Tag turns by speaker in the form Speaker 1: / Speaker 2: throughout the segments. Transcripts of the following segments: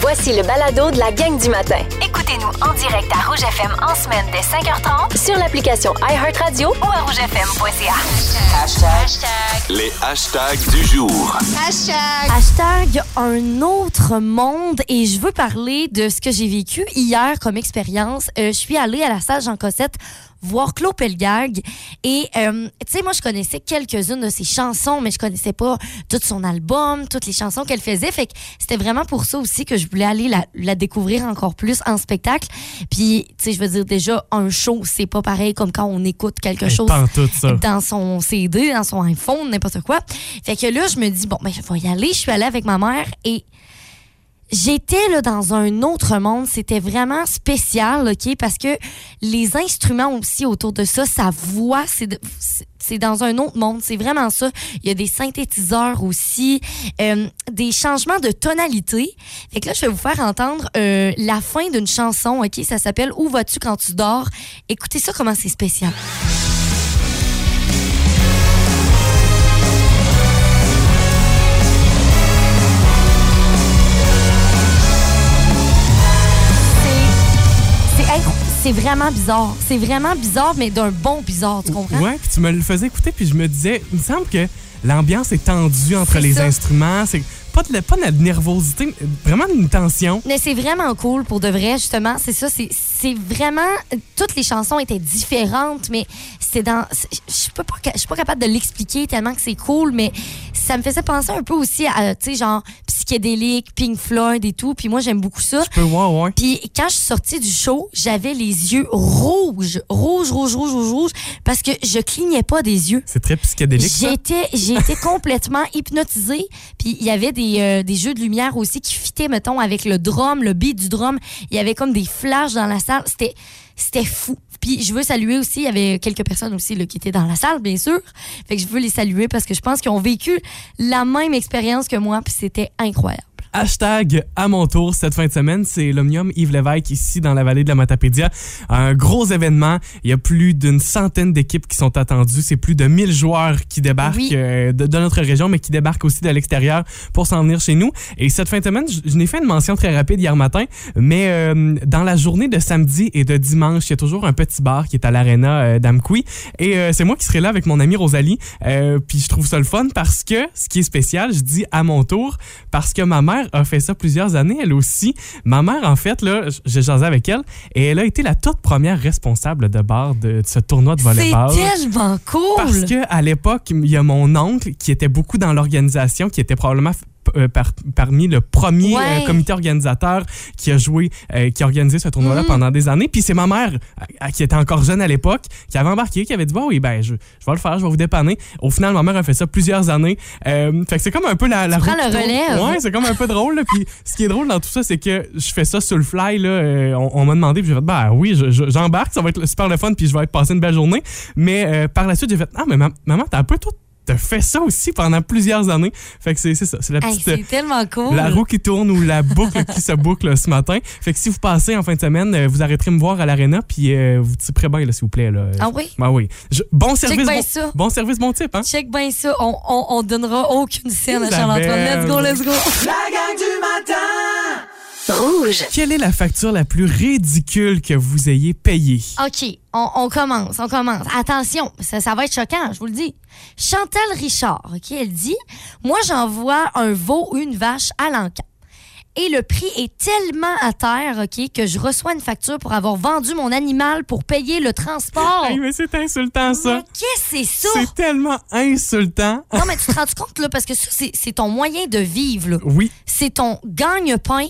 Speaker 1: Voici le balado de la gang du matin. Écoutez-nous en direct à Rouge FM en semaine dès 5h30 sur l'application iHeartRadio ou à rougefm.ca.
Speaker 2: Les hashtags du jour.
Speaker 3: Hashtag un autre monde et je veux parler de ce que j'ai vécu hier comme expérience. Euh, je suis allée à la salle Jean Cossette voir Claude Pelgag et euh, tu sais moi je connaissais quelques-unes de ses chansons mais je connaissais pas tout son album, toutes les chansons qu'elle faisait fait que c'était vraiment pour ça aussi que je voulais aller la, la découvrir encore plus en spectacle. Puis tu sais je veux dire déjà un show c'est pas pareil comme quand on écoute quelque chose
Speaker 4: tout ça.
Speaker 3: dans son CD, dans son iPhone, n'importe quoi. Fait que là, je me dis, bon, ben, je vais y aller. Je suis allée avec ma mère et j'étais là dans un autre monde. C'était vraiment spécial, OK? Parce que les instruments aussi autour de ça, sa voix, c'est de- c'est- c'est dans un autre monde. C'est vraiment ça. Il y a des synthétiseurs aussi, euh, des changements de tonalité. Fait que là, je vais vous faire entendre euh, la fin d'une chanson, OK? Ça s'appelle Où vas-tu quand tu dors? Écoutez ça, comment c'est spécial. C'est- c'est incro- C'est vraiment bizarre. C'est vraiment bizarre, mais d'un bon bizarre, tu comprends?
Speaker 4: Ouais, puis tu me le faisais écouter, puis je me disais, il me semble que l'ambiance est tendue entre
Speaker 3: C'est
Speaker 4: les
Speaker 3: ça.
Speaker 4: instruments. C'est pas de, la- pas de la nervosité, mais vraiment une tension.
Speaker 3: Mais c'est vraiment cool pour de vrai, justement. C'est ça, c'est- c'est vraiment. Toutes les chansons étaient différentes, mais c'est dans. c'est- Je peux pas, ca- je suis pas capable de l'expliquer tellement que c'est cool, mais ça me faisait penser un peu aussi à, euh, tu sais, genre psychédélique, Pink Floyd et tout. Puis moi, j'aime beaucoup ça.
Speaker 4: Je peux voir, ouais.
Speaker 3: Puis quand je suis sortie du show, j'avais les yeux rouges, rouges, rouges, rouges, rouges, rouges, parce que je clignais pas des yeux.
Speaker 4: C'est très psychédélique. ça.
Speaker 3: J'étais, j'étais complètement hypnotisée. Puis il y avait des, euh, des jeux de lumière aussi qui fitaient, mettons, avec le drum, le beat du drum. Il y avait comme des flashs dans la salle. C'était, c'était fou. Puis je veux saluer aussi, il y avait quelques personnes aussi là, qui étaient dans la salle, bien sûr. Fait que je veux les saluer parce que je pense qu'ils ont vécu la même expérience que moi. Puis c'était incroyable.
Speaker 4: Hashtag à mon tour cette fin de semaine, c'est l'Omnium Yves Lévesque ici dans la vallée de la Matapédia. Un gros événement. Il y a plus d'une centaine d'équipes qui sont attendues. C'est plus de 1000 joueurs qui débarquent
Speaker 3: Oui.
Speaker 4: euh, de, de notre région, mais qui débarquent aussi de l'extérieur pour s'en venir chez nous. Et cette fin de semaine, je, je n'ai fait une mention très rapide hier matin, mais euh, dans la journée de samedi et de dimanche, il y a toujours un petit bar qui est à l'aréna euh, d'Amqui. Et euh, c'est moi qui serai là avec mon amie Rosalie. Euh, Puis je trouve ça le fun parce que ce qui est spécial, je dis à mon tour, parce que ma mère a fait ça plusieurs années, elle aussi. Ma mère, en fait, là, j- j'ai jasé avec elle et elle a été la toute première responsable de bar de, de ce tournoi de
Speaker 3: C'est
Speaker 4: volleyball.
Speaker 3: tellement
Speaker 4: Parce
Speaker 3: cool.
Speaker 4: que à l'époque, il y a mon oncle qui était beaucoup dans l'organisation, qui était probablement f- euh, par- parmi le premier
Speaker 3: Ouais.
Speaker 4: euh, comité organisateur qui a joué, euh, qui a organisé ce tournoi-là
Speaker 3: Mhm.
Speaker 4: pendant des années. Puis c'est ma mère, à- à- qui était encore jeune à l'époque, qui avait embarqué, qui avait dit bon oui ben je, je vais le faire, je vais vous dépanner. Au final, ma mère a fait ça plusieurs années. Euh, fait que c'est comme un peu la, la
Speaker 3: prends
Speaker 4: roue
Speaker 3: le hein.
Speaker 4: qui tourne.
Speaker 3: relève.
Speaker 4: Ouais, c'est comme un peu drôle. là. Puis ce qui est drôle dans tout ça, c'est que je fais ça sur le fly. Là, Euh, on on m'a demandé, puis j'ai fait, ben oui, je- je- j'embarque, ça va être super le fun, puis je vais être passer une belle journée. Mais euh, par la suite, j'ai fait, ah, mais ma- maman, t'as un peu toi, t'as fait ça aussi pendant plusieurs années. Fait que c'est c'est ça, c'est la
Speaker 3: Hey,
Speaker 4: petite. euh,
Speaker 3: c'est tellement cool.
Speaker 4: La roue qui tourne ou la boucle qui se boucle ce matin. Fait que si vous passez en fin de semaine, euh, vous arrêterez me voir à l'aréna puis euh, vous tiperez bien, là, s'il vous plaît. Là.
Speaker 3: Ah oui?
Speaker 4: Ben oui. Je- bon service,
Speaker 3: bien
Speaker 4: bon,
Speaker 3: ça.
Speaker 4: bon service, bon type. Hein?
Speaker 3: Check bien ça. On, on, on donnera aucune scène à Charles-Antoine.
Speaker 4: Isabelle.
Speaker 3: Let's go, let's go.
Speaker 5: La gang du matin
Speaker 1: Rouge.
Speaker 4: Quelle est la facture la plus ridicule que vous ayez payée?
Speaker 3: OK, on, on commence, on commence. Attention, ça, ça va être choquant, je vous le dis. Chantal Richard, OK, elle dit Moi, j'envoie un veau ou une vache à l'encan. Et le prix est tellement à terre, OK, que je reçois une facture pour avoir vendu mon animal pour payer le transport.
Speaker 4: Hey, mais c'est insultant,
Speaker 3: Mais
Speaker 4: ça.
Speaker 3: qu'est-ce que c'est ça?
Speaker 4: C'est tellement insultant.
Speaker 3: Non, mais tu te rends compte, là, parce que ça, c'est- c'est ton moyen de vivre, là.
Speaker 4: Oui,
Speaker 3: C'est ton gagne-pain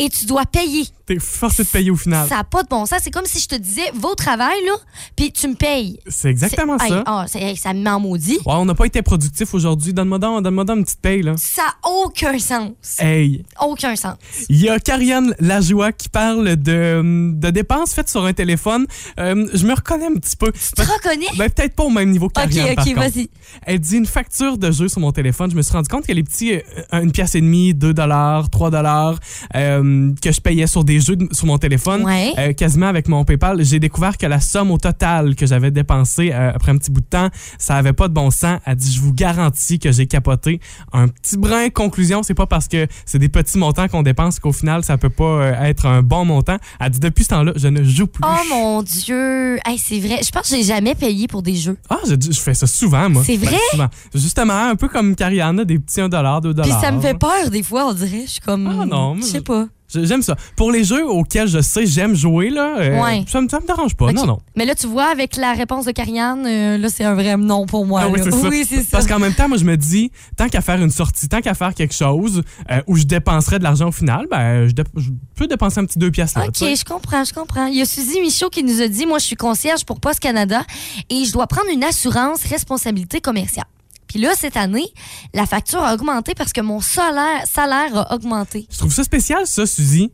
Speaker 3: et tu dois payer.
Speaker 4: t'es forcé de payer au final.
Speaker 3: Ça n'a pas de bon sens. C'est comme si je te disais, va au travail, là, puis tu me payes.
Speaker 4: C'est exactement
Speaker 3: C'est-
Speaker 4: ça.
Speaker 3: Hey, ah, c'est- hey, ça me met en maudit.
Speaker 4: Ouais, on n'a pas été productif aujourd'hui. Donne-moi donc, donne-moi donc une petite paye, là.
Speaker 3: Ça n'a aucun sens.
Speaker 4: Hey,
Speaker 3: Aucun sens.
Speaker 4: il y a Karianne Lajoie qui parle de, de dépenses faites sur un téléphone. Euh, je me reconnais un petit peu.
Speaker 3: Tu te reconnais?
Speaker 4: Ben, peut-être pas au même niveau que
Speaker 3: Ok,
Speaker 4: Karianne, par
Speaker 3: ok,
Speaker 4: contre.
Speaker 3: vas-y.
Speaker 4: Elle dit une facture de jeu sur mon téléphone. Je me suis rendu compte que les petits, euh, une pièce et demie, deux dollars, trois dollars, euh, euh, que je payais sur des jeux de- sur mon téléphone,
Speaker 3: Ouais.
Speaker 4: euh, quasiment avec mon PayPal, j'ai découvert que la somme au total que j'avais dépensée euh, après un petit bout de temps, ça avait pas de bon sens. Elle dit, je vous garantis que j'ai capoté. Un petit brin conclusion, c'est pas parce que c'est des petits montants qu'on dépense qu'au final, ça peut pas euh, être un bon montant. Elle dit, depuis ce temps-là, je ne joue plus.
Speaker 3: Oh mon Dieu! Hey, c'est vrai. Je pense que j'ai jamais payé pour des jeux.
Speaker 4: Ah, je, je fais ça souvent, moi.
Speaker 3: C'est
Speaker 4: Ben,
Speaker 3: vrai?
Speaker 4: souvent. Justement, un peu comme Cariana, des petits 1$, 2$.
Speaker 3: Puis ça me fait peur des fois, on dirait. Je suis comme.
Speaker 4: Ah non, mais-
Speaker 3: Je sais pas.
Speaker 4: Je- J'aime ça. Pour les jeux auxquels je sais j'aime jouer, là, euh,
Speaker 3: Ouais.
Speaker 4: ça, me, ça me dérange pas.
Speaker 3: Ok.
Speaker 4: Non, non.
Speaker 3: Mais là, tu vois, avec la réponse de Karianne, euh, là, c'est un vrai non pour moi.
Speaker 4: Ah oui,
Speaker 3: là.
Speaker 4: c'est ça.
Speaker 3: oui, c'est ça.
Speaker 4: Parce qu'en même temps, moi, je me dis, tant qu'à faire une sortie, tant qu'à faire quelque chose euh, où je dépenserais de l'argent au final, ben, je, dép- je peux dépenser un petit deux piastres. là,
Speaker 3: OK,
Speaker 4: tu sais.
Speaker 3: je comprends, je comprends. Il y a Suzy Michaud qui nous a dit Moi, je suis concierge pour Post Canada et je dois prendre une assurance responsabilité commerciale. Puis là, cette année, la facture a augmenté parce que mon salaire, salaire a augmenté.
Speaker 4: Je trouve ça spécial, ça, Suzy.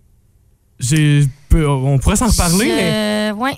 Speaker 4: J'ai- peu- On pourrait s'en reparler, mais
Speaker 3: Je- ouais.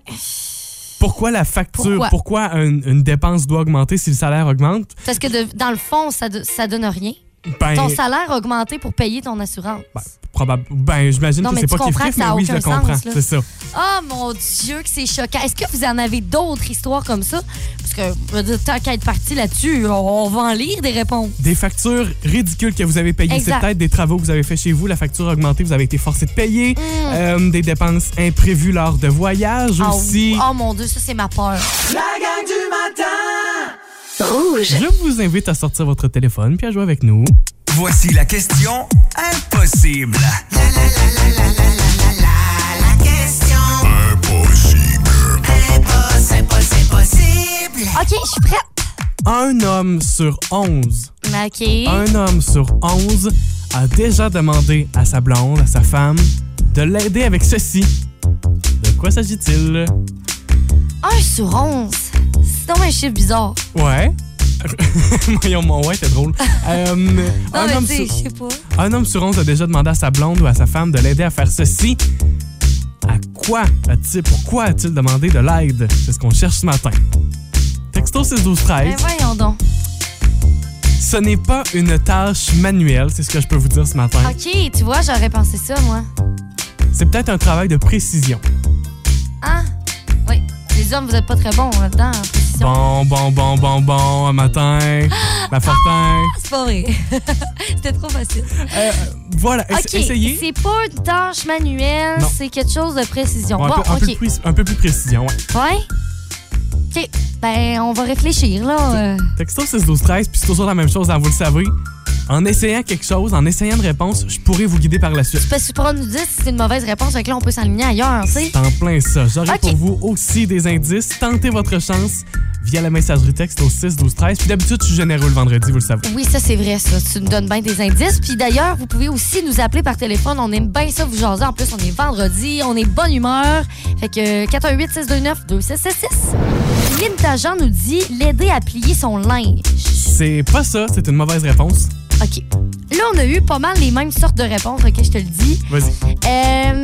Speaker 4: pourquoi la facture,
Speaker 3: Pourquoi?
Speaker 4: pourquoi, une, une dépense doit augmenter si le salaire augmente?
Speaker 3: Parce que de- dans le fond, ça, do- ça donne rien.
Speaker 4: Ben,
Speaker 3: Ton salaire a augmenté pour payer ton assurance.
Speaker 4: ben, probable- ben, j'imagine
Speaker 3: Non,
Speaker 4: que
Speaker 3: mais
Speaker 4: c'est
Speaker 3: tu
Speaker 4: pas kiff
Speaker 3: comprends que ça
Speaker 4: mais
Speaker 3: a
Speaker 4: oui, je le
Speaker 3: aucun sens,
Speaker 4: comprends.
Speaker 3: là.
Speaker 4: C'est ça.
Speaker 3: Oh mon Dieu, que c'est choquant. Est-ce que vous en avez d'autres histoires comme ça? Parce que, je veux dire, tant qu'à être parti là-dessus, on, on va en lire des réponses.
Speaker 4: Des factures ridicules que vous avez payées. C'est
Speaker 3: Exact.
Speaker 4: peut-être des travaux que vous avez fait chez vous, la facture a augmenté, vous avez été forcé de
Speaker 3: Mm.
Speaker 4: payer. Euh, des dépenses imprévues lors de voyage
Speaker 3: Ah,
Speaker 4: aussi.
Speaker 3: Oh, mon Dieu, ça, c'est ma peur.
Speaker 5: La gang du matin!
Speaker 1: Rouge.
Speaker 4: Je vous invite à sortir votre téléphone puis à jouer avec nous.
Speaker 6: Voici la question impossible.
Speaker 3: OK, je suis prête.
Speaker 4: Un homme sur 11,
Speaker 3: Mais OK.
Speaker 4: un homme sur 11 a déjà demandé à sa blonde, à sa femme, de l'aider avec ceci. De quoi s'agit-il?
Speaker 3: Un sur onze. C'est donc un chiffre bizarre.
Speaker 4: Ouais. Voyons, mon ouais, c'est drôle. Euh,
Speaker 3: Non,
Speaker 4: un,
Speaker 3: mais
Speaker 4: homme
Speaker 3: tu sais,
Speaker 4: sur,
Speaker 3: je sais pas.
Speaker 4: un homme sur 11 a déjà demandé à sa blonde ou à sa femme de l'aider à faire ceci. À quoi a-t-il, pourquoi a-t-il demandé de l'aide? C'est ce qu'on cherche ce matin. Texto 6 12
Speaker 3: Mais Ben,
Speaker 4: 13
Speaker 3: voyons donc.
Speaker 4: Ce n'est pas une tâche manuelle, c'est ce que je peux vous dire ce matin.
Speaker 3: OK, tu vois, j'aurais pensé ça, moi.
Speaker 4: C'est peut-être un travail de précision.
Speaker 3: Hein? Oui. Les hommes, vous êtes pas très bons là-dedans, en précision.
Speaker 4: Bon, bon, bon, bon, bon, un matin, ma fortin.
Speaker 3: C'est pas vrai. C'était trop facile.
Speaker 4: Euh, voilà, essa-
Speaker 3: Ah! OK,
Speaker 4: essayez.
Speaker 3: c'est pas une tâche manuelle,
Speaker 4: Non.
Speaker 3: c'est quelque chose de précision.
Speaker 4: Bon, un,
Speaker 3: bon,
Speaker 4: peu, un peu
Speaker 3: OK.
Speaker 4: plus, un peu plus précision, ouais.
Speaker 3: Ouais? OK. Ben, on va réfléchir, là. euh.
Speaker 4: Texto 6 12 13 puis c'est toujours la même chose, hein, vous le savez. En essayant quelque chose, en essayant une réponse, je pourrais vous guider par la suite.
Speaker 3: Parce que pour nous dire si c'est une mauvaise réponse, fait que là, on peut s'aligner ailleurs, tu sais.
Speaker 4: C'est en plein ça. J'aurai
Speaker 3: Ok.
Speaker 4: pour vous aussi des indices. Tentez votre chance via la messagerie texte au 6 12 13. Puis d'habitude, je suis généreux le vendredi, vous le savez.
Speaker 3: Oui, ça, c'est vrai, ça. Tu nous donnes bien des indices. Puis d'ailleurs, vous pouvez aussi nous appeler par téléphone. On aime bien ça, vous jaser. En plus, on est vendredi, on est bonne humeur. Fait que 418-629-2666. Lynn Tajan nous dit l'aider à plier son linge.
Speaker 4: C'est pas ça, c'est une mauvaise réponse.
Speaker 3: OK. Là, on a eu pas mal les mêmes sortes de réponses, OK, je te le dis.
Speaker 4: Vas-y.
Speaker 3: Euh,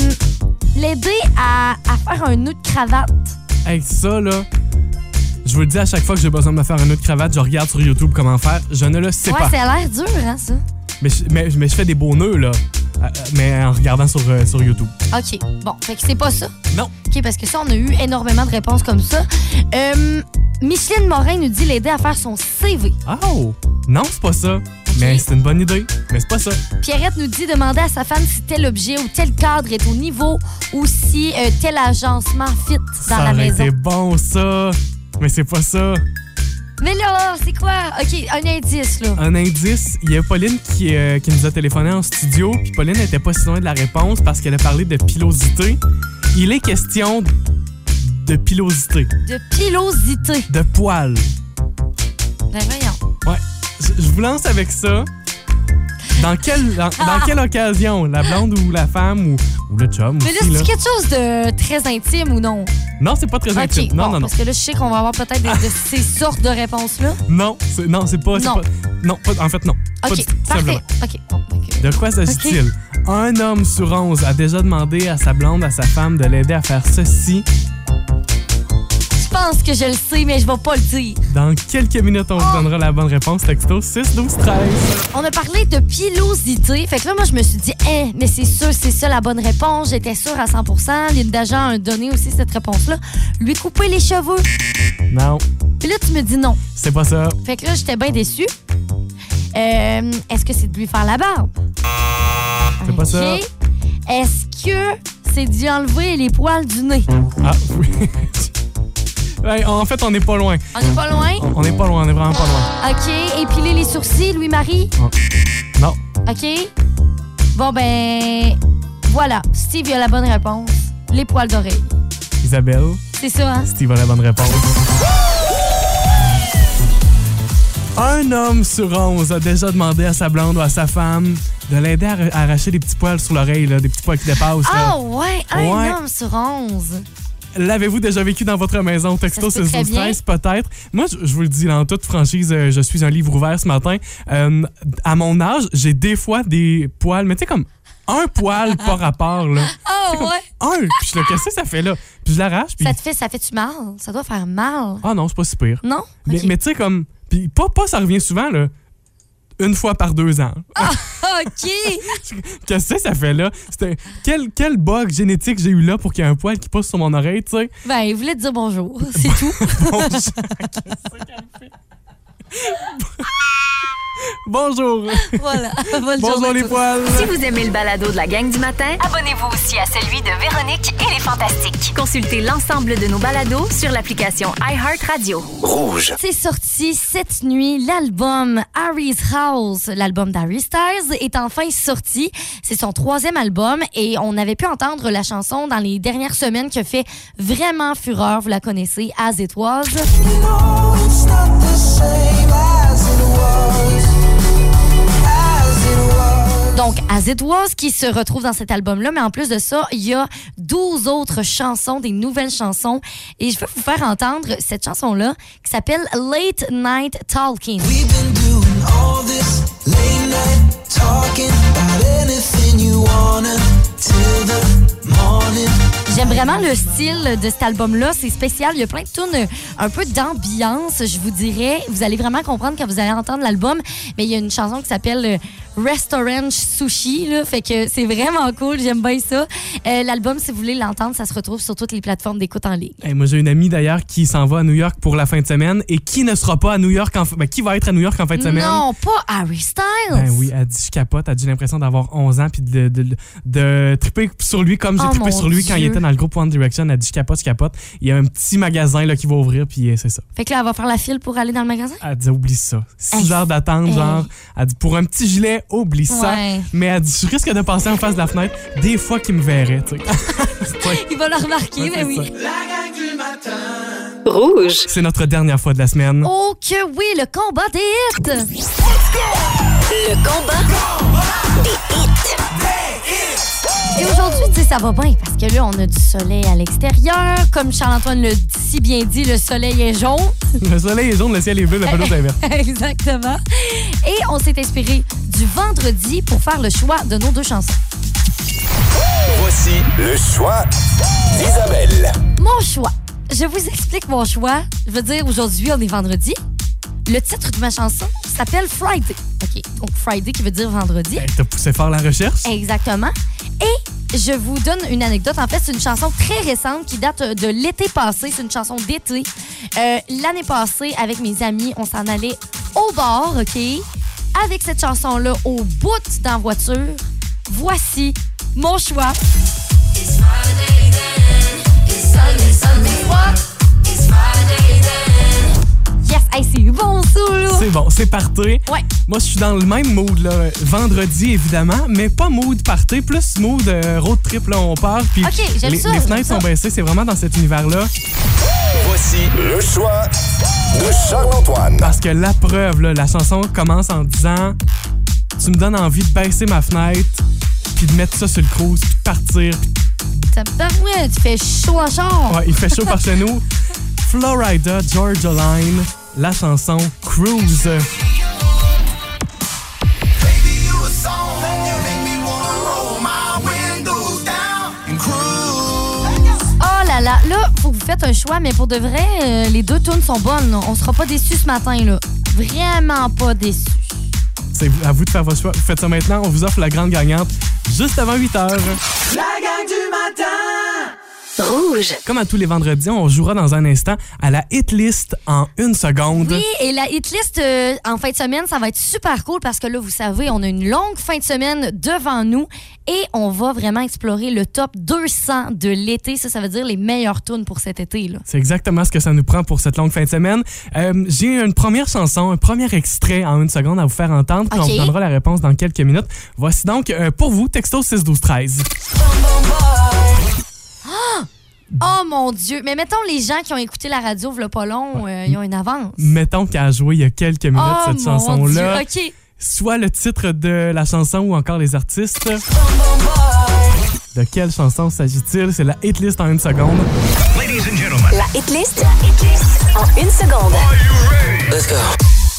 Speaker 3: l'aider à, à faire un nœud de cravate.
Speaker 4: Hey, ça, là, je vous le dis à chaque fois que j'ai besoin de me faire un nœud de cravate, je regarde sur YouTube comment faire. Je ne le sais
Speaker 3: Ouais,
Speaker 4: pas.
Speaker 3: ça a l'air dur, hein, ça.
Speaker 4: Mais je, mais, mais je fais des beaux nœuds, là. Euh, Mais en regardant sur, euh, sur YouTube.
Speaker 3: OK. Bon, fait que c'est pas ça.
Speaker 4: Non.
Speaker 3: OK, parce que ça, on a eu énormément de réponses comme ça. Euh, Micheline Morin nous dit l'aider à faire son CV.
Speaker 4: Oh! Non, c'est pas ça. Mais c'est une bonne idée. Mais c'est pas ça.
Speaker 3: Pierrette nous dit demander à sa femme si tel objet ou tel cadre est au niveau ou si euh, tel agencement fit dans
Speaker 4: ça
Speaker 3: la
Speaker 4: aurait
Speaker 3: maison.
Speaker 4: été bon, ça. Mais c'est pas ça.
Speaker 3: Mais là, c'est quoi? OK, un indice, là.
Speaker 4: Un indice, il y a Pauline qui, euh, qui nous a téléphoné en studio. Puis Pauline n'était pas si loin de la réponse parce qu'elle a parlé de pilosité. Il est question de pilosité,
Speaker 3: De pilosité.
Speaker 4: de poils.
Speaker 3: Ben voyons.
Speaker 4: Je je vous lance avec ça. Dans, quelle- dans,
Speaker 3: Ah.
Speaker 4: dans quelle occasion? La blonde ou la femme ou, ou le chum
Speaker 3: Mais là,
Speaker 4: aussi, là?
Speaker 3: c'est quelque chose de très intime ou non?
Speaker 4: Non, c'est pas très intime.
Speaker 3: OK,
Speaker 4: Non,
Speaker 3: bon,
Speaker 4: non, non.
Speaker 3: parce que là, je sais qu'on va avoir peut-être des- de ces sortes de réponses-là.
Speaker 4: Non, c'est, non, c'est pas... c'est
Speaker 3: Non.
Speaker 4: pas- non, pas- en fait, non. Pas
Speaker 3: OK,
Speaker 4: du- tout
Speaker 3: parfait.
Speaker 4: simplement.
Speaker 3: OK, bon, OK.
Speaker 4: De quoi s'agit-il? Un homme sur onze a déjà demandé à sa blonde, à sa femme, de l'aider à faire ceci.
Speaker 3: Je pense que je le sais, mais je vais pas le dire.
Speaker 4: Dans quelques minutes, on vous
Speaker 3: Oh!
Speaker 4: donnera la bonne réponse. Texto 6 12 13.
Speaker 3: On a parlé de pilosité. Fait que là, moi, je me suis dit, eh, mais c'est sûr, c'est ça la bonne réponse. J'étais sûre à 100 L'île d'agent a donné aussi cette réponse-là. Lui couper les cheveux.
Speaker 4: Non,
Speaker 3: Puis là, tu me dis non.
Speaker 4: c'est pas ça.
Speaker 3: Fait que là, j'étais bien déçue. Euh, Est-ce que c'est de lui faire la barbe?
Speaker 4: C'est pas ça.
Speaker 3: Ok. Est-ce que c'est d'y enlever les poils du nez?
Speaker 4: Ah oui. Ouais, en fait, on n'est pas loin.
Speaker 3: On est pas loin?
Speaker 4: On n'est pas loin, on est vraiment pas loin.
Speaker 3: OK. Épiler les sourcils, Louis-Marie?
Speaker 4: Non.
Speaker 3: OK. Bon, ben, voilà. Steve, il a la bonne réponse. Les poils d'oreille.
Speaker 4: Isabelle,
Speaker 3: C'est ça, hein?
Speaker 4: Steve a la bonne réponse. Un homme sur onze a déjà demandé à sa blonde ou à sa femme de l'aider à ra- à arracher des petits poils sur l'oreille, là, des petits poils qui dépassent. là.
Speaker 3: Ah, ouais. Un
Speaker 4: Ouais.
Speaker 3: homme sur onze.
Speaker 4: L'avez-vous déjà vécu dans votre maison? Texto
Speaker 3: Ça se peut très
Speaker 4: 16 13 peut-être. Moi, je, je vous le dis en toute franchise, euh, je suis un livre ouvert ce matin. Euh, à mon âge, j'ai des fois des poils, mais tu sais, comme un poil par rapport, là.
Speaker 3: Ah,
Speaker 4: C'est comme
Speaker 3: ouais.
Speaker 4: Un! Puis je suis là, qu'est-ce que ça fait là? Puis je l'arrache, puis.
Speaker 3: Ça te fait, ça fait-tu mal? Ça doit faire mal.
Speaker 4: Ah non, c'est pas si pire.
Speaker 3: Non?
Speaker 4: Mais,
Speaker 3: Ok.
Speaker 4: mais tu sais, comme. Puis pas, pas, ça revient souvent, là. Une fois par deux ans.
Speaker 3: Ah! OK.
Speaker 4: Qu'est-ce que ça fait là? C'était- Quel, quel bug génétique j'ai eu là pour qu'il y ait un poil qui pousse sur mon oreille, tu sais?
Speaker 3: ben, il voulait te dire bonjour. C'est tout.
Speaker 4: Bonjour. Qu'est-ce qu'elle fait? Bonjour.
Speaker 3: voilà. Bonne
Speaker 4: Bonjour
Speaker 3: journée à
Speaker 4: les
Speaker 3: toi.
Speaker 4: poils.
Speaker 1: Si vous aimez le balado de la gang du matin, abonnez-vous aussi à celui de Véronique et les Fantastiques. Consultez l'ensemble de nos balados sur l'application iHeartRadio.
Speaker 2: Rouge.
Speaker 3: C'est sorti cette nuit, l'album Harry's House, l'album d'Harry Styles, est enfin sorti. C'est son troisième album et on avait pu entendre la chanson dans les dernières semaines qui a fait vraiment fureur. Vous la connaissez, As It Was. Donc, As It Was qui se retrouve dans cet album-là, mais en plus de ça, il y a 12 autres chansons, des nouvelles chansons. Et je veux vous faire entendre cette chanson-là qui s'appelle Late Night Talking. J'aime vraiment le style de cet album-là. C'est spécial. Il y a plein de tunes, un peu d'ambiance, je vous dirais. Vous allez vraiment comprendre quand vous allez entendre l'album. Mais il y a une chanson qui s'appelle euh, Restaurant Sushi. Là, fait que c'est vraiment cool. J'aime bien ça. Euh, l'album, si vous voulez l'entendre, ça se retrouve sur toutes les plateformes d'écoute en ligne.
Speaker 4: Hey, moi, j'ai une amie d'ailleurs qui s'en va à New York pour la fin de semaine et qui ne sera pas à New York en fin- ben, qui va être à New York en fin de semaine.
Speaker 3: Non, pas Harry Styles.
Speaker 4: Ben oui, elle dit je capote, elle dit j'ai l'impression d'avoir 11 ans puis de, de, de, de triper sur lui comme j'ai
Speaker 3: Oh,
Speaker 4: trippé
Speaker 3: mon
Speaker 4: sur lui quand il
Speaker 3: Dieu.
Speaker 4: était dans le groupe One Direction, elle dit je capote, je capote. Il y a un petit magasin là qui va ouvrir puis euh, c'est ça.
Speaker 3: Fait que là, elle va faire la file pour aller dans le magasin.
Speaker 4: Elle dit oublie ça. 6
Speaker 3: Hey.
Speaker 4: heures d'attente
Speaker 3: Hey.
Speaker 4: genre, elle dit pour un petit gilet, oublie ça.
Speaker 3: Ouais.
Speaker 4: Mais elle dit je risque de passer en face de la fenêtre des fois qu'il me verrait, tu sais. Ouais,
Speaker 3: Il va le remarquer,
Speaker 4: ouais, c'est
Speaker 3: ben oui.
Speaker 4: ça.
Speaker 5: La gang du matin.
Speaker 4: C'est notre dernière fois de la semaine.
Speaker 3: Oh que oui, le combat des hits! Et aujourd'hui, tu sais, ça va bien parce que là, on a du soleil à l'extérieur. Comme Charles-Antoine l'a si bien dit, le soleil est jaune.
Speaker 4: Le soleil est jaune, le ciel est bleu, le panneau est inverse.
Speaker 3: Exactement. Et on s'est inspiré du vendredi pour faire le choix de nos deux chansons.
Speaker 2: Voici le choix d'Isabelle.
Speaker 3: Mon choix. Je vous explique mon choix. Je veux dire, aujourd'hui, on est vendredi. Le titre de ma chanson s'appelle Friday. OK. Donc, Friday qui veut dire vendredi.
Speaker 4: Hey, T'as poussé fort la recherche?
Speaker 3: Exactement. Et je vous donne une anecdote. En fait, c'est une chanson très récente qui date euh, de l'été passé. C'est une chanson d'été. Euh, L'année passée, avec mes amis, on s'en allait au bar, OK? Avec cette chanson-là au bout dans la voiture, voici mon choix. Yes, hey, c'est bon, ça, là.
Speaker 4: C'est bon, c'est parti.
Speaker 3: Ouais.
Speaker 4: Moi, je suis dans le même mood, là. Vendredi, évidemment, mais pas mood party, plus mood euh, road trip, là, on part. Puis
Speaker 3: Ok, j'aime
Speaker 4: les,
Speaker 3: ça,
Speaker 4: les
Speaker 3: j'aime
Speaker 4: fenêtres
Speaker 3: ça.
Speaker 4: sont baissées, c'est vraiment dans cet univers-là.
Speaker 2: Voici le choix de Charles-Antoine.
Speaker 4: Parce que la preuve, là, la chanson commence en disant Tu me donnes envie de baisser ma fenêtre, puis de mettre ça sur le cruise, puis de partir. Puis,
Speaker 3: Tabarouette, tu fais chaud en genre.
Speaker 4: ouais, il fait chaud par chez nous. Florida, Georgia Line, la chanson Cruise.
Speaker 3: Oh là là, là, là, faut que vous faites un choix, mais pour de vrai, euh, les deux tunes sont bonnes. là. On sera pas déçus ce matin, là. Vraiment pas déçus.
Speaker 4: C'est à vous de faire votre choix. Vous faites ça maintenant. On vous offre la grande gagnante juste avant 8 heures.
Speaker 5: La gang du matin
Speaker 1: Rouge.
Speaker 4: Comme à tous les vendredis, on jouera dans un instant à la hit list en une seconde.
Speaker 3: Oui, et la hit list euh, en fin de semaine, ça va être super cool parce que là, vous savez, on a une longue fin de semaine devant nous et on va vraiment explorer le top 200 de l'été. Ça, ça veut dire les meilleures tunes pour cet été. Là.
Speaker 4: C'est exactement ce que ça nous prend pour cette longue fin de semaine. Euh, j'ai une première chanson, un premier extrait en une seconde à vous faire entendre, puis
Speaker 3: Ok.
Speaker 4: on vous donnera la réponse dans quelques minutes. Voici donc euh, pour vous, texto 6 12 13. Mm.
Speaker 3: Oh mon Dieu! Mais mettons les gens qui ont écouté la radio, v'là pas long, euh, ils ont une avance.
Speaker 4: Mettons qu'elle a joué il y a quelques minutes
Speaker 3: oh
Speaker 4: cette
Speaker 3: mon Dieu!
Speaker 4: chanson-là.
Speaker 3: OK.
Speaker 4: Soit le titre de la chanson ou encore les artistes. De quelle chanson s'agit-il? C'est la hit list en une seconde.
Speaker 6: Ladies and gentlemen,
Speaker 1: La hit list en une seconde.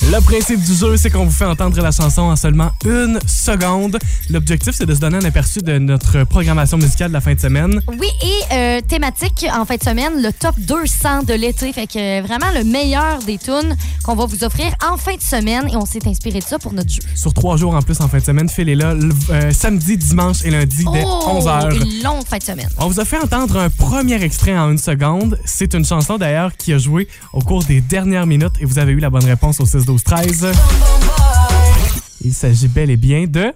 Speaker 4: Le principe du jeu, c'est qu'on vous fait entendre la chanson en seulement une seconde. L'objectif, c'est de se donner un aperçu de notre programmation musicale de la fin de semaine.
Speaker 3: Oui, et euh, thématique en fin de semaine, le top 200 de l'été. Fait que euh, vraiment le meilleur des tunes qu'on va vous offrir en fin de semaine. Et on s'est inspiré de ça pour notre jeu.
Speaker 4: Sur trois jours en plus en fin de semaine, Phil est là le- euh, samedi, dimanche et lundi dès
Speaker 3: oh,
Speaker 4: 11h.
Speaker 3: une longue fin de semaine.
Speaker 4: On vous a fait entendre un premier extrait en une seconde. C'est une chanson d'ailleurs qui a joué au cours des dernières minutes et vous avez eu la bonne réponse au 6-12-13. Il s'agit bel et bien de...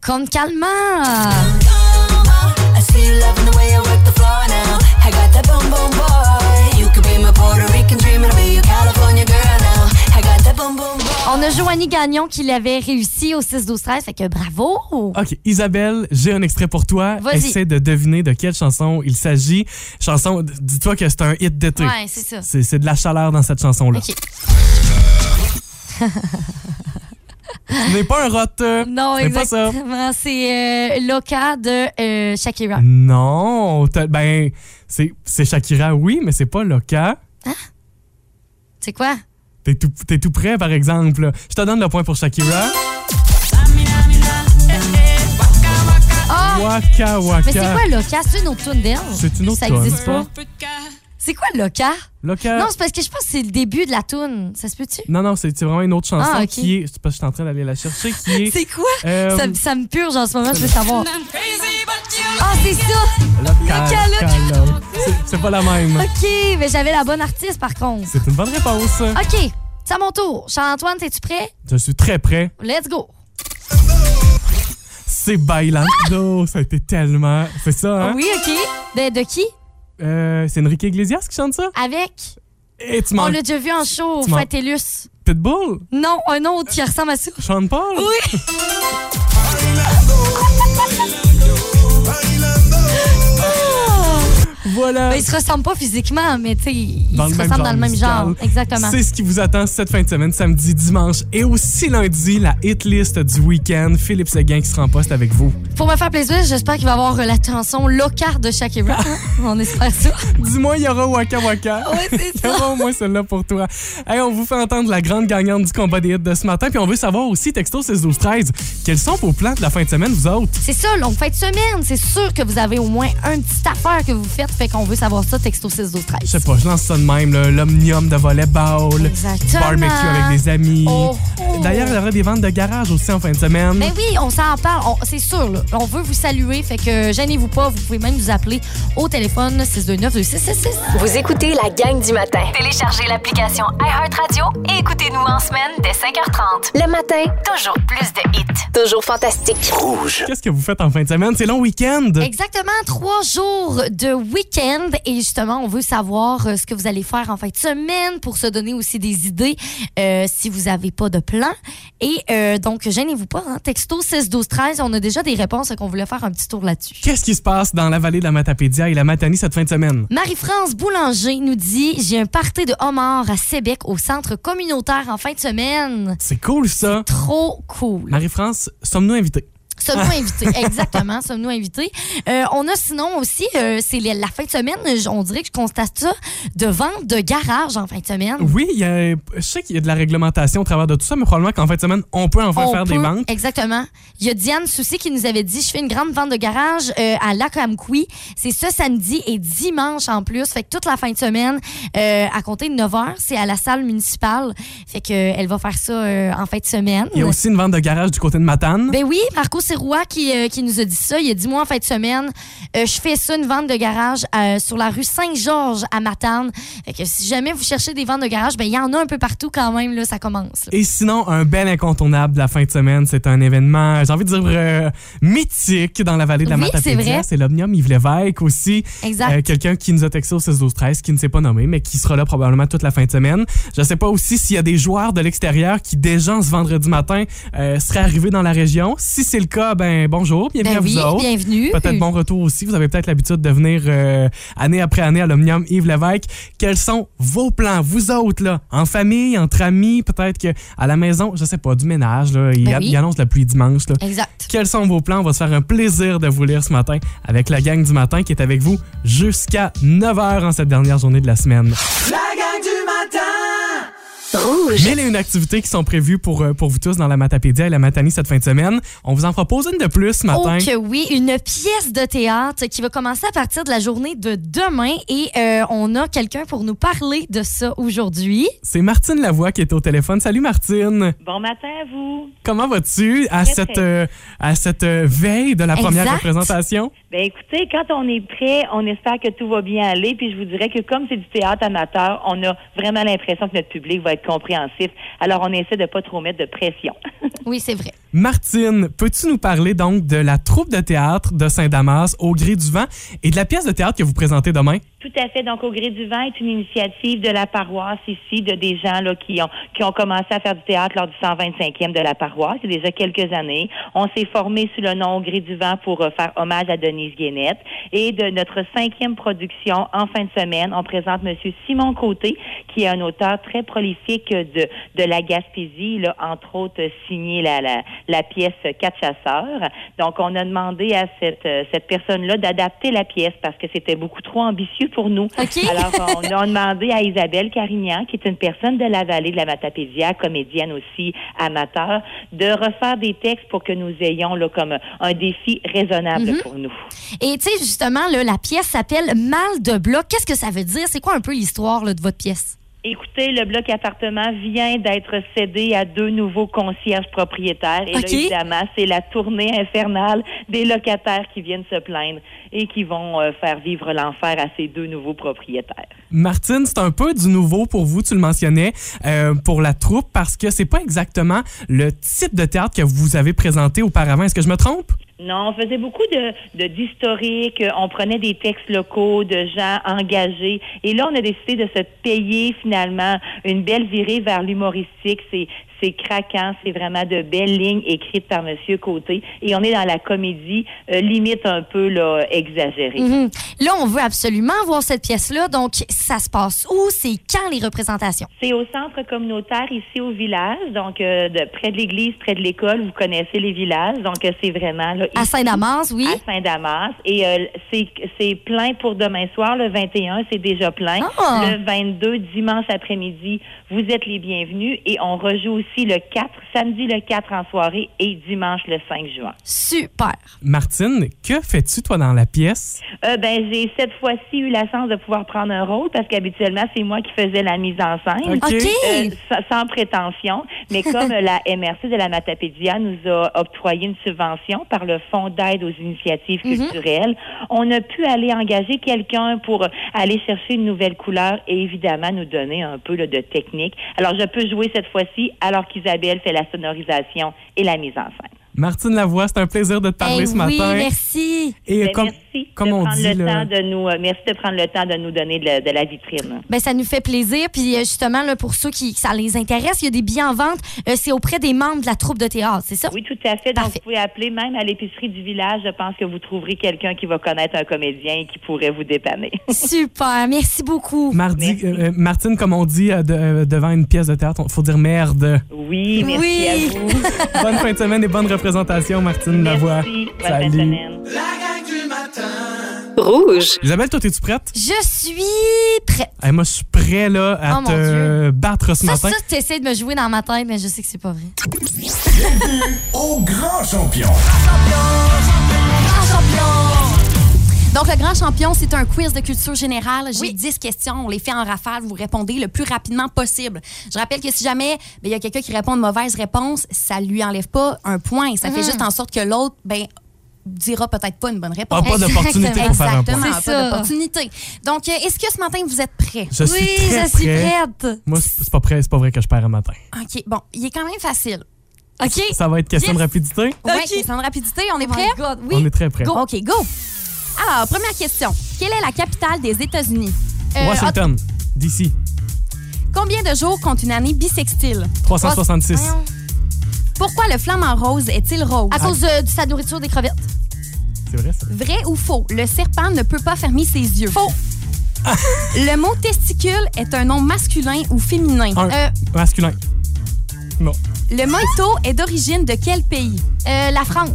Speaker 3: Comme calmant!
Speaker 7: I see you loving the way I work the floor now. I got that boom boom boy. You could be my Puerto Rican dream and I'll be your California girl now. I got that boom boom boy.
Speaker 3: On a Joanie Gagnon qui l'avait réussi au 6-12-13. Fait que bravo!
Speaker 4: OK, Isabelle, j'ai un extrait pour toi.
Speaker 3: Vas-y.
Speaker 4: Essaie de deviner de quelle chanson il s'agit. Chanson, d- dis-toi que c'est un hit d'été.
Speaker 3: Ouais, c'est ça.
Speaker 4: C'est c'est de la chaleur dans cette chanson-là.
Speaker 3: OK.
Speaker 4: Ce n'est pas un rot. euh,
Speaker 3: Non,
Speaker 4: ce n'est pas ça.
Speaker 3: exactement. C'est euh, Loca de euh,
Speaker 4: Mm.
Speaker 3: Shakira.
Speaker 4: Non, t'as- ben, c'est c'est Shakira, oui, mais c'est pas Loca.
Speaker 3: C'est quoi?
Speaker 4: T'es tout, t'es tout prêt, par exemple. Je te donne le point pour Shakira.
Speaker 3: Ah!
Speaker 4: Waka Waka.
Speaker 3: Mais c'est quoi Loca? C'est une autre tune d'elle?
Speaker 4: C'est une autre
Speaker 3: Ça
Speaker 4: tune.
Speaker 3: existe pas. C'est quoi Loca?
Speaker 4: Loca.
Speaker 3: Non, c'est parce que je pense que c'est le début de la tune. Ça se peut-tu?
Speaker 4: Non, non, c'est c'est vraiment une autre chanson
Speaker 3: Ah, ok.
Speaker 4: qui est. C'est parce que je suis en train d'aller la chercher, qui est.
Speaker 3: C'est quoi?
Speaker 4: Euh,
Speaker 3: Ça, ça me purge en ce moment, je veux savoir. Ah, c'est ça!
Speaker 4: Loca,
Speaker 3: Loca, Loca.
Speaker 4: Loca, Loca. C'est- C'est pas la même.
Speaker 3: OK, mais j'avais la bonne artiste par contre.
Speaker 4: C'est une bonne réponse.
Speaker 3: OK, c'est à mon tour. Charles-Antoine, es-tu prêt?
Speaker 4: Je suis très prêt.
Speaker 3: Let's go!
Speaker 4: C'est Bailando. Ça a été tellement. C'est ça, hein?
Speaker 3: Ah! Oui, OK. Ben, De, de qui?
Speaker 4: Euh, c'est Enrique Iglesias qui chante ça?
Speaker 3: Avec?
Speaker 4: Et tu
Speaker 3: On
Speaker 4: manques
Speaker 3: l'a déjà vu en show au
Speaker 4: Tu m'en-
Speaker 3: Fatelus.
Speaker 4: Pitbull?
Speaker 3: Non, un autre qui ressemble à ça.
Speaker 4: Sean Paul?
Speaker 3: Oui!
Speaker 4: Ah! Voilà.
Speaker 3: Ah! Ben, ils se ressemblent pas physiquement, mais tu sais, ils
Speaker 4: Dans
Speaker 3: se
Speaker 4: le même
Speaker 3: ressemblent dans le même
Speaker 4: genre
Speaker 3: genre.
Speaker 4: musical.
Speaker 3: Exactement.
Speaker 4: C'est ce qui vous attend cette fin de semaine, samedi, dimanche et aussi lundi, la hit list du week-end. Philippe Seguin qui sera en poste avec vous.
Speaker 3: Pour me faire plaisir, j'espère qu'il va y avoir euh, la chanson locale de Shakira.
Speaker 4: Ah!
Speaker 3: On espère ça.
Speaker 4: Dis-moi, il y aura Waka Waka.
Speaker 3: Ouais, c'est
Speaker 4: Il y aura au moins celle-là pour toi. Hey, on vous fait entendre la grande gagnante du combat des hits de ce matin. Puis on veut savoir aussi, texto 16 12 13 quels sont vos plans de la fin de semaine, vous autres?
Speaker 3: C'est ça, longue fête semaine. C'est sûr que vous avez au moins un petit affaire que vous faites. Fait qu'on veut savoir ça, texto 6 12 13.
Speaker 4: Je sais pas, je lance ça de même, là, l'omnium de volleyball,
Speaker 3: Exactement.
Speaker 4: barbecue avec des amis.
Speaker 3: Oh, oh.
Speaker 4: D'ailleurs, il y aura des ventes de garage aussi en fin de semaine.
Speaker 3: Ben oui, on s'en parle, on- c'est sûr. là. On veut vous saluer, fait que gênez-vous pas. Vous pouvez même nous appeler au téléphone 629-2666.
Speaker 1: Vous écoutez la gang du matin. Téléchargez l'application iHeartRadio et écoutez-nous en semaine dès 5h30. Le matin, toujours plus de hits. Toujours fantastique.
Speaker 4: Qu'est-ce que vous faites en fin de semaine? C'est long week-end.
Speaker 3: Exactement trois jours de week-end et justement, on veut savoir euh, ce que vous allez faire en fin de semaine pour se donner aussi des idées euh, si vous n'avez pas de plan. Et euh, donc, gênez-vous pas, hein, texto 6 12 13 on a déjà des réponses qu'on voulait faire un petit tour là-dessus.
Speaker 4: Qu'est-ce qui se passe dans la vallée de la Matapédia et la Matanie cette fin de semaine?
Speaker 3: Marie-France Boulanger nous dit J'ai un party de homard à Sébec au centre communautaire en fin de semaine.
Speaker 4: C'est cool ça.
Speaker 3: Trop cool.
Speaker 4: Marie-France, sommes-nous invités?
Speaker 3: Sommes-nous invités? Exactement, sommes-nous invités? Euh, on a sinon aussi, euh, c'est les- la fin de semaine, je- on dirait que je constate ça, de vente de garage en fin de semaine.
Speaker 4: Oui, il y a- je sais qu'il y a de la réglementation au travers de tout ça, mais probablement qu'en fin de semaine, on peut enfin
Speaker 3: On
Speaker 4: faire des
Speaker 3: peut-
Speaker 4: ventes.
Speaker 3: Exactement. Il y a Diane Soucy qui nous avait dit je fais une grande vente de garage euh, à Lac Amqui. C'est ce samedi et dimanche en plus. Fait que toute la fin de semaine, euh, à compter de 9 h, c'est à la salle municipale. Fait que euh, elle va faire ça euh, en fin de semaine.
Speaker 4: Il y a aussi une vente de garage du côté de Matane.
Speaker 3: Ben oui, Marco Sirois qui, euh, qui nous a dit ça. Il a dit, moi, en fin de semaine, euh, je fais ça, une vente de garage euh, sur la rue Saint-Georges à Matane. Fait que si jamais vous cherchez des ventes de garage, ben il y en a un peu partout quand même, là, ça commence. là.
Speaker 4: Et sinon, un bel incontournable de la fin de semaine, c'est un événement, j'ai envie de dire, euh, mythique dans la vallée de la
Speaker 3: Oui,
Speaker 4: Matapédia.
Speaker 3: c'est vrai.
Speaker 4: C'est l'Omnium Yves Lévesque aussi.
Speaker 3: Exact.
Speaker 4: Euh, Quelqu'un qui nous a texté au 16 12 13 qui ne s'est pas nommé, mais qui sera là probablement toute la fin de semaine. Je ne sais pas aussi s'il y a des joueurs de l'extérieur qui, déjà ce vendredi matin, euh, seraient arrivés dans la région. Si c'est le cas, ben bonjour, bienvenue
Speaker 3: Ben
Speaker 4: à
Speaker 3: oui,
Speaker 4: vous autres.
Speaker 3: bienvenue.
Speaker 4: Peut-être bon retour aussi. Vous avez peut-être l'habitude de venir euh, année après année à l'Omnium Yves Lévesque. Quels sont vos plans, vous autres, là, en famille, entre amis, peut-être que à la maison, je sais pas, du ménage, là, il,
Speaker 3: Ben
Speaker 4: a-
Speaker 3: oui.
Speaker 4: il annonce la pluie dimanche. Là.
Speaker 3: Exact.
Speaker 4: Quels sont vos plans? On va se faire un plaisir de vous lire ce matin avec la gang du matin qui est avec vous jusqu'à 9h en cette dernière journée de la semaine.
Speaker 5: La gang du matin!
Speaker 4: Mille et une activités qui sont prévues pour, euh, pour vous tous dans la Matapédia et la Matanie cette fin de semaine. On vous en propose une de plus ce matin.
Speaker 3: Oh que oui, une pièce de théâtre qui va commencer à partir de la journée de demain et euh, on a quelqu'un pour nous parler de ça aujourd'hui.
Speaker 4: C'est Martine Lavoie qui est au téléphone. Salut Martine!
Speaker 8: Bon matin à vous.
Speaker 4: Comment vas-tu à
Speaker 8: Très
Speaker 4: cette,
Speaker 8: bien.
Speaker 4: euh, à cette euh, veille de la première
Speaker 3: Exact.
Speaker 4: représentation?
Speaker 8: Ben écoutez, quand on est prêt, on espère que tout va bien aller. Puis je vous dirais que comme c'est du théâtre amateur, on a vraiment l'impression que notre public va être compréhensif. Alors on essaie de pas trop mettre de pression.
Speaker 3: Oui, c'est vrai.
Speaker 4: Martine, peux-tu nous parler donc de la troupe de théâtre de Saint-Damas au gré du vent et de la pièce de théâtre que vous présentez demain?
Speaker 8: Tout à fait. Donc, Au Gré du Vent est une initiative de la paroisse ici, de des gens là, qui, ont, qui ont commencé à faire du théâtre lors du 125e de la paroisse, il y a déjà quelques années. On s'est formé sous le nom Au Gré du Vent pour euh, faire hommage à Denise Guénette. Et de notre cinquième production, en fin de semaine, on présente M. Simon Côté, qui est un auteur très prolifique euh, de, de la Gaspésie. Il a, entre autres, euh, signé la, la, la pièce Quatre chasseurs. Donc, on a demandé à cette, euh, cette personne-là d'adapter la pièce parce que c'était beaucoup trop ambitieux pour nous.
Speaker 3: OK.
Speaker 8: Alors, on a demandé à Isabelle Carignan, qui est une personne de la vallée de la Matapédia, comédienne aussi, amateur, de refaire des textes pour que nous ayons là, comme un défi raisonnable pour nous.
Speaker 3: Et tu sais, justement, là, la pièce s'appelle Mal de bloc. Qu'est-ce que ça veut dire? C'est quoi un peu l'histoire là, de votre pièce?
Speaker 8: Écoutez, le bloc appartement vient d'être cédé à deux nouveaux concierges propriétaires. Et
Speaker 3: OK.
Speaker 8: là, évidemment, c'est la tournée infernale des locataires qui viennent se plaindre et qui vont euh, faire vivre l'enfer à ces deux nouveaux propriétaires.
Speaker 4: Martine, c'est un peu du nouveau pour vous, tu le mentionnais, euh, pour la troupe, parce que c'est pas exactement le type de théâtre que vous avez présenté auparavant. Est-ce que je me trompe?
Speaker 8: Non, on faisait beaucoup de de- d'historique, on prenait des textes locaux de gens engagés et là on a décidé de se payer finalement une belle virée vers l'humoristique, c'est c'est craquant, c'est vraiment de belles lignes écrites par monsieur Côté et on est dans la comédie euh, limite un peu là exagérée.
Speaker 3: Mhm. Là, on veut absolument voir cette pièce-là. Donc, ça se passe où? C'est quand les représentations?
Speaker 8: C'est au centre communautaire ici au village, donc euh, de près de l'église, près de l'école, vous connaissez les villages, donc euh, c'est vraiment là
Speaker 3: À
Speaker 8: ici.
Speaker 3: Saint-Damas, oui.
Speaker 8: à Saint-Damas. Et euh, c'est c'est plein pour demain soir, le 21, c'est déjà plein.
Speaker 3: Ah!
Speaker 8: Le 22, dimanche après-midi, vous êtes les bienvenus. Et on rejoue aussi le 4, samedi le 4 en soirée et dimanche le 5 juin.
Speaker 3: Super.
Speaker 4: Martine, que fais-tu, toi, dans la pièce?
Speaker 8: Euh, ben, j'ai cette fois-ci eu la chance de pouvoir prendre un rôle parce qu'habituellement, c'est moi qui faisais la mise en scène.
Speaker 4: OK.
Speaker 3: OK.
Speaker 8: Euh, sa- sans prétention, mais comme euh, la MRC de la Matapédia nous a octroyé une subvention par le Fonds d'aide aux initiatives
Speaker 4: Mm-hmm.
Speaker 8: culturelles, on a pu aller engager quelqu'un pour euh, aller chercher une nouvelle couleur et évidemment nous donner un peu là, de technique. Alors, je peux jouer cette fois-ci alors qu'Isabelle fait la sonorisation et la mise en scène.
Speaker 4: Martine Lavoie, c'est un plaisir de te parler
Speaker 3: Eh
Speaker 4: ce
Speaker 3: oui,
Speaker 4: matin.
Speaker 3: merci.
Speaker 4: Et
Speaker 8: Ben,
Speaker 4: comme,
Speaker 8: merci merci
Speaker 4: Comme
Speaker 8: de
Speaker 4: on
Speaker 8: prendre
Speaker 4: dit,
Speaker 8: le
Speaker 4: là-
Speaker 8: temps de nous, euh, merci de prendre le temps de nous donner de la, de la vitrine.
Speaker 9: Ben, ça nous fait plaisir. Puis euh, justement, là, pour ceux qui que ça les intéresse, il y a des billets en vente. Euh, c'est auprès des membres de la troupe de théâtre, c'est ça?
Speaker 8: Oui, tout à fait. Donc,
Speaker 9: Parfait.
Speaker 8: vous pouvez appeler même à l'épicerie du village. Je pense que vous trouverez quelqu'un qui va connaître un comédien et qui pourrait vous dépanner.
Speaker 9: Super, merci beaucoup.
Speaker 4: Mardi,
Speaker 8: Merci.
Speaker 4: euh, euh, Martine, comme on dit euh, de- euh, devant une pièce de théâtre, il faut dire merde.
Speaker 8: Oui, merci
Speaker 9: Oui.
Speaker 8: à vous.
Speaker 4: Bonne fin de semaine et bonne représentation, Martine Lavoie.
Speaker 8: Merci. Bonne fin de semaine.
Speaker 10: La gang du matin.
Speaker 1: Rouge.
Speaker 4: Isabelle, toi, es-tu prête?
Speaker 9: Je suis prête.
Speaker 4: Eh, moi, je suis prêt là, à
Speaker 9: Oh, mon
Speaker 4: te battre ce
Speaker 9: Ça,
Speaker 4: matin.
Speaker 9: ça, tu essaies de me jouer dans ma tête, mais je sais que c'est pas vrai.
Speaker 11: Au grand champion.
Speaker 3: Donc, le grand champion, c'est un quiz de culture générale. J'ai 10 questions. On les fait en rafale. Vous répondez le plus rapidement possible. Je rappelle que si jamais ben, il y a quelqu'un qui répond une mauvaise réponse, ça lui enlève pas un point. Ça
Speaker 9: Mm-hmm.
Speaker 3: fait juste en sorte que l'autre, ben, dira peut-être pas une bonne réponse.
Speaker 4: Ah, pas d'opportunité pour faire un point.
Speaker 3: Exactement,
Speaker 9: C'est
Speaker 3: pas
Speaker 9: ça.
Speaker 3: d'opportunité. Donc, euh, est-ce que ce matin, vous êtes prêts?
Speaker 4: Je suis
Speaker 9: oui,
Speaker 4: très
Speaker 9: je suis
Speaker 4: prêt.
Speaker 9: prête.
Speaker 4: Moi, c'est c'est pas, prêt, c'est pas vrai que je perds un matin.
Speaker 3: OK, bon, il est quand même facile.
Speaker 9: OK?
Speaker 4: Ça va être question
Speaker 3: Yes.
Speaker 4: de rapidité.
Speaker 3: Ouais,
Speaker 9: OK.
Speaker 3: question de rapidité, on est
Speaker 9: Oh my
Speaker 3: prêts?
Speaker 9: God,
Speaker 4: On
Speaker 9: oui.
Speaker 4: est très prêts.
Speaker 3: Go. OK, go. Alors, première question. Quelle est la capitale des États-Unis? Euh,
Speaker 4: Washington, d'ici,
Speaker 3: Combien de jours compte une année bissextile?
Speaker 4: 366.
Speaker 9: Voyons.
Speaker 3: Pourquoi le flamant rose est-il rose?
Speaker 9: À cause euh, de sa nourriture des crevettes.
Speaker 4: C'est vrai, ça?
Speaker 3: Vrai ou faux? Le serpent ne peut pas fermer ses yeux. Faux. Le mot testicule est un nom masculin ou féminin.
Speaker 4: Un.
Speaker 3: Euh,
Speaker 4: Masculin. Non.
Speaker 3: le mojito est d'origine de quel pays?
Speaker 9: Euh, la France.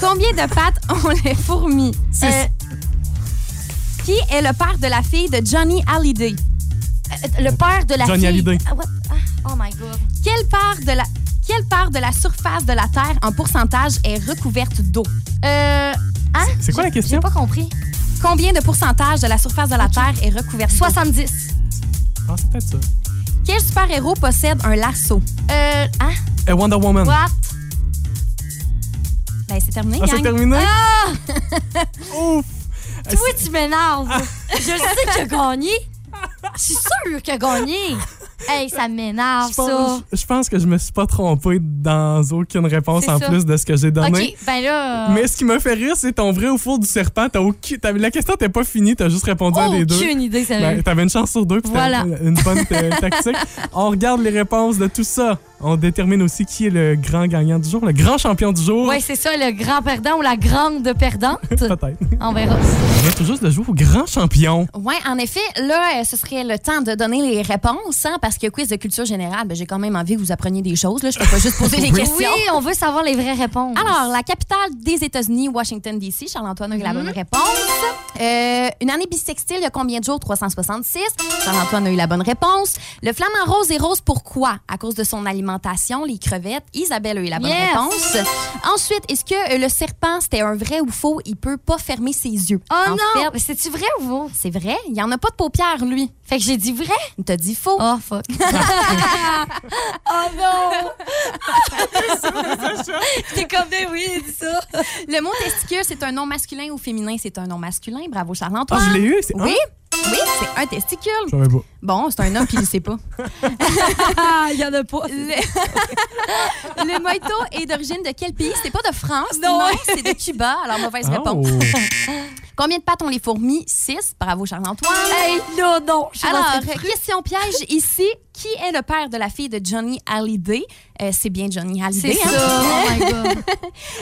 Speaker 3: Combien de pattes ont les fourmis? Euh,
Speaker 4: Six.
Speaker 3: qui est le père de la fille de Johnny Hallyday?
Speaker 9: Euh, le père de la
Speaker 4: Johnny
Speaker 9: fille.
Speaker 4: Hallyday.
Speaker 9: Ah, what? Ah, Oh my God.
Speaker 3: Quelle part de la quelle part de la surface de la Terre en pourcentage est recouverte d'eau?
Speaker 9: Euh, hein?
Speaker 4: C'est quoi la
Speaker 9: J'ai-
Speaker 4: question?
Speaker 9: J'ai pas compris.
Speaker 3: Combien de pourcentage de la surface de la Terre est recouverte d'eau?
Speaker 9: 70.
Speaker 4: Ah, c'est peut-être ça.
Speaker 3: Quel super-héros possède un lasso?
Speaker 9: Euh, hein?
Speaker 4: Eh, Wonder Woman.
Speaker 9: What?
Speaker 3: Ben, c'est terminé,
Speaker 4: Ah, c'est
Speaker 3: gang.
Speaker 4: terminé?
Speaker 9: Ah!
Speaker 4: Ah,
Speaker 9: Toi, tu m'énerves. Je sais que as gagné. Je suis sûre que as gagné. Hey, ça m'énerve,
Speaker 4: Je
Speaker 9: ça.
Speaker 4: pense, je pense que je me suis pas trompé dans aucune réponse
Speaker 9: C'est
Speaker 4: en
Speaker 9: ça.
Speaker 4: plus de ce que j'ai donné.
Speaker 9: OK, ben là...
Speaker 4: Mais ce qui me fait rire, c'est ton vrai au four du serpent. T'as aucune- t'avais- La question t'es pas finie, t'as juste répondu à un des deux.
Speaker 9: aucune idée,
Speaker 4: Ben,
Speaker 9: sérieux.
Speaker 4: T'avais une chance sur deux, puis c'était
Speaker 9: Voilà.
Speaker 4: une bonne euh, tactique. On regarde les réponses de tout ça. On détermine aussi qui est le grand gagnant du jour, le grand champion du jour.
Speaker 9: ouais, c'est ça, le grand perdant ou la grande perdante.
Speaker 4: Peut-être.
Speaker 9: On verra.
Speaker 4: On vient tout juste de jouer au grand champion. Ah,
Speaker 3: Oui, en effet, là, euh, ce serait le temps de donner les réponses, hein, parce que quiz de culture générale, ben, j'ai quand même envie que vous appreniez des choses. Là. Je ne peux pas juste poser des questions.
Speaker 9: Oui, on veut savoir les vraies réponses.
Speaker 3: Alors, la capitale des États-Unis, Washington, D.C. Charles-Antoine a eu la
Speaker 9: Mhm.
Speaker 3: bonne réponse. Euh, une année bissextile, il y a combien de jours? 366. Charles-Antoine a eu la bonne réponse. Le flamant rose est rose, pourquoi? À cause de son alimentation, les crevettes. Isabelle a eu la bonne
Speaker 9: Yes.
Speaker 3: réponse. Ensuite, est-ce que euh, le serpent, c'était un vrai ou faux? Il peut pas fermer ses yeux.
Speaker 9: Oh
Speaker 3: En
Speaker 9: non!
Speaker 3: fait,
Speaker 9: Mais C'est-tu vrai ou faux?
Speaker 3: c'est vrai, il n'y en a pas de paupières, lui.
Speaker 9: Fait que j'ai dit vrai?
Speaker 3: Il t'a dit faux.
Speaker 9: Oh, fuck. oh non! J'étais comme, ben oui, il dit ça.
Speaker 3: Le mot testicule, c'est un nom masculin ou féminin? C'est un nom masculin. Bravo,
Speaker 4: Ah,
Speaker 3: Charles-Antoine.
Speaker 4: je l'ai eu, c'est
Speaker 3: Oui, oui, c'est un testicule.
Speaker 4: un. J'avais pas.
Speaker 3: Bon, c'est un homme, puis il le sait pas.
Speaker 9: Ah, il y en a pas.
Speaker 3: Le, le mojito est d'origine de quel pays? C'est pas de France, non, c'est de Cuba. Alors, mauvaise réponse.
Speaker 4: Oh.
Speaker 3: Combien de pattes ont les fourmis? Six. Bravo, Charles-Antoine.
Speaker 9: Hey, non, non. je suis
Speaker 3: Alors,
Speaker 9: dans cette-
Speaker 3: question piège ici. Qui est le père de la fille de Johnny Hallyday? Euh, c'est bien Johnny
Speaker 9: c'est
Speaker 3: Hallyday. hein?
Speaker 9: ça. Oh my God.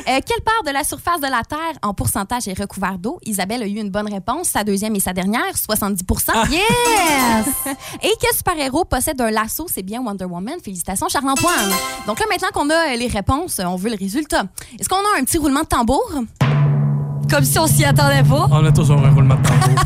Speaker 3: Euh, quelle part de la surface de la Terre en pourcentage est recouverte d'eau? Isabelle a eu une bonne réponse, sa deuxième et sa dernière, 70
Speaker 9: Ah. Yes!
Speaker 3: Et quel super-héros possède un lasso? C'est bien Wonder Woman. Félicitations, Charles-Antoine. Donc là, maintenant qu'on a euh, les réponses, euh, on veut le résultat. Est-ce qu'on a un petit roulement de tambour?
Speaker 9: Comme si on s'y attendait pas.
Speaker 4: On a toujours un roulement de tambour.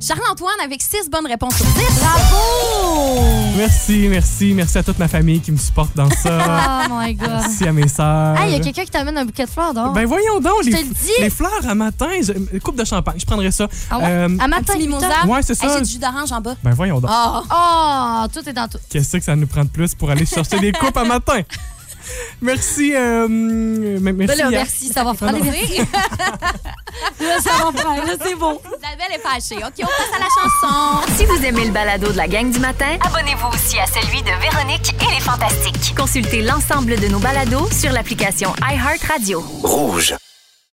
Speaker 3: Charles-Antoine avec six bonnes réponses sur 10. Bravo!
Speaker 4: merci, merci, merci à toute ma famille qui me supporte dans ça.
Speaker 9: Oh my God.
Speaker 4: merci à mes sœurs.
Speaker 9: Ah, il y a quelqu'un qui t'amène un bouquet de fleurs, donc.
Speaker 4: Ben voyons donc, les,
Speaker 9: te le dis.
Speaker 4: les fleurs à matin, je- une coupe de champagne, je prendrais ça.
Speaker 9: Ah ouais?
Speaker 4: Euh,
Speaker 9: à
Speaker 3: Un
Speaker 9: matin,
Speaker 3: petit mimosa.
Speaker 9: huit heures.
Speaker 4: ouais, c'est
Speaker 3: Hey,
Speaker 4: ça.
Speaker 3: J'ai du jus d'orange en bas.
Speaker 4: Ben voyons
Speaker 9: Ah.
Speaker 4: donc.
Speaker 3: Oh!
Speaker 9: Oh, tout est dans tout.
Speaker 4: Qu'est-ce que ça nous prend de plus pour aller chercher des coupes à matin? Merci. euh, m- merci.
Speaker 9: Ben là,
Speaker 4: à-
Speaker 9: merci, ça va faire plaisir. Là, ça va faire, là, c'est bon.
Speaker 3: Isabelle est fâchée. OK, on passe à la chanson.
Speaker 1: Si vous aimez le balado de la gang du matin, abonnez-vous aussi à celui de Véronique et les Fantastiques. Consultez l'ensemble de nos balados sur l'application iHeartRadio.
Speaker 11: Rouge.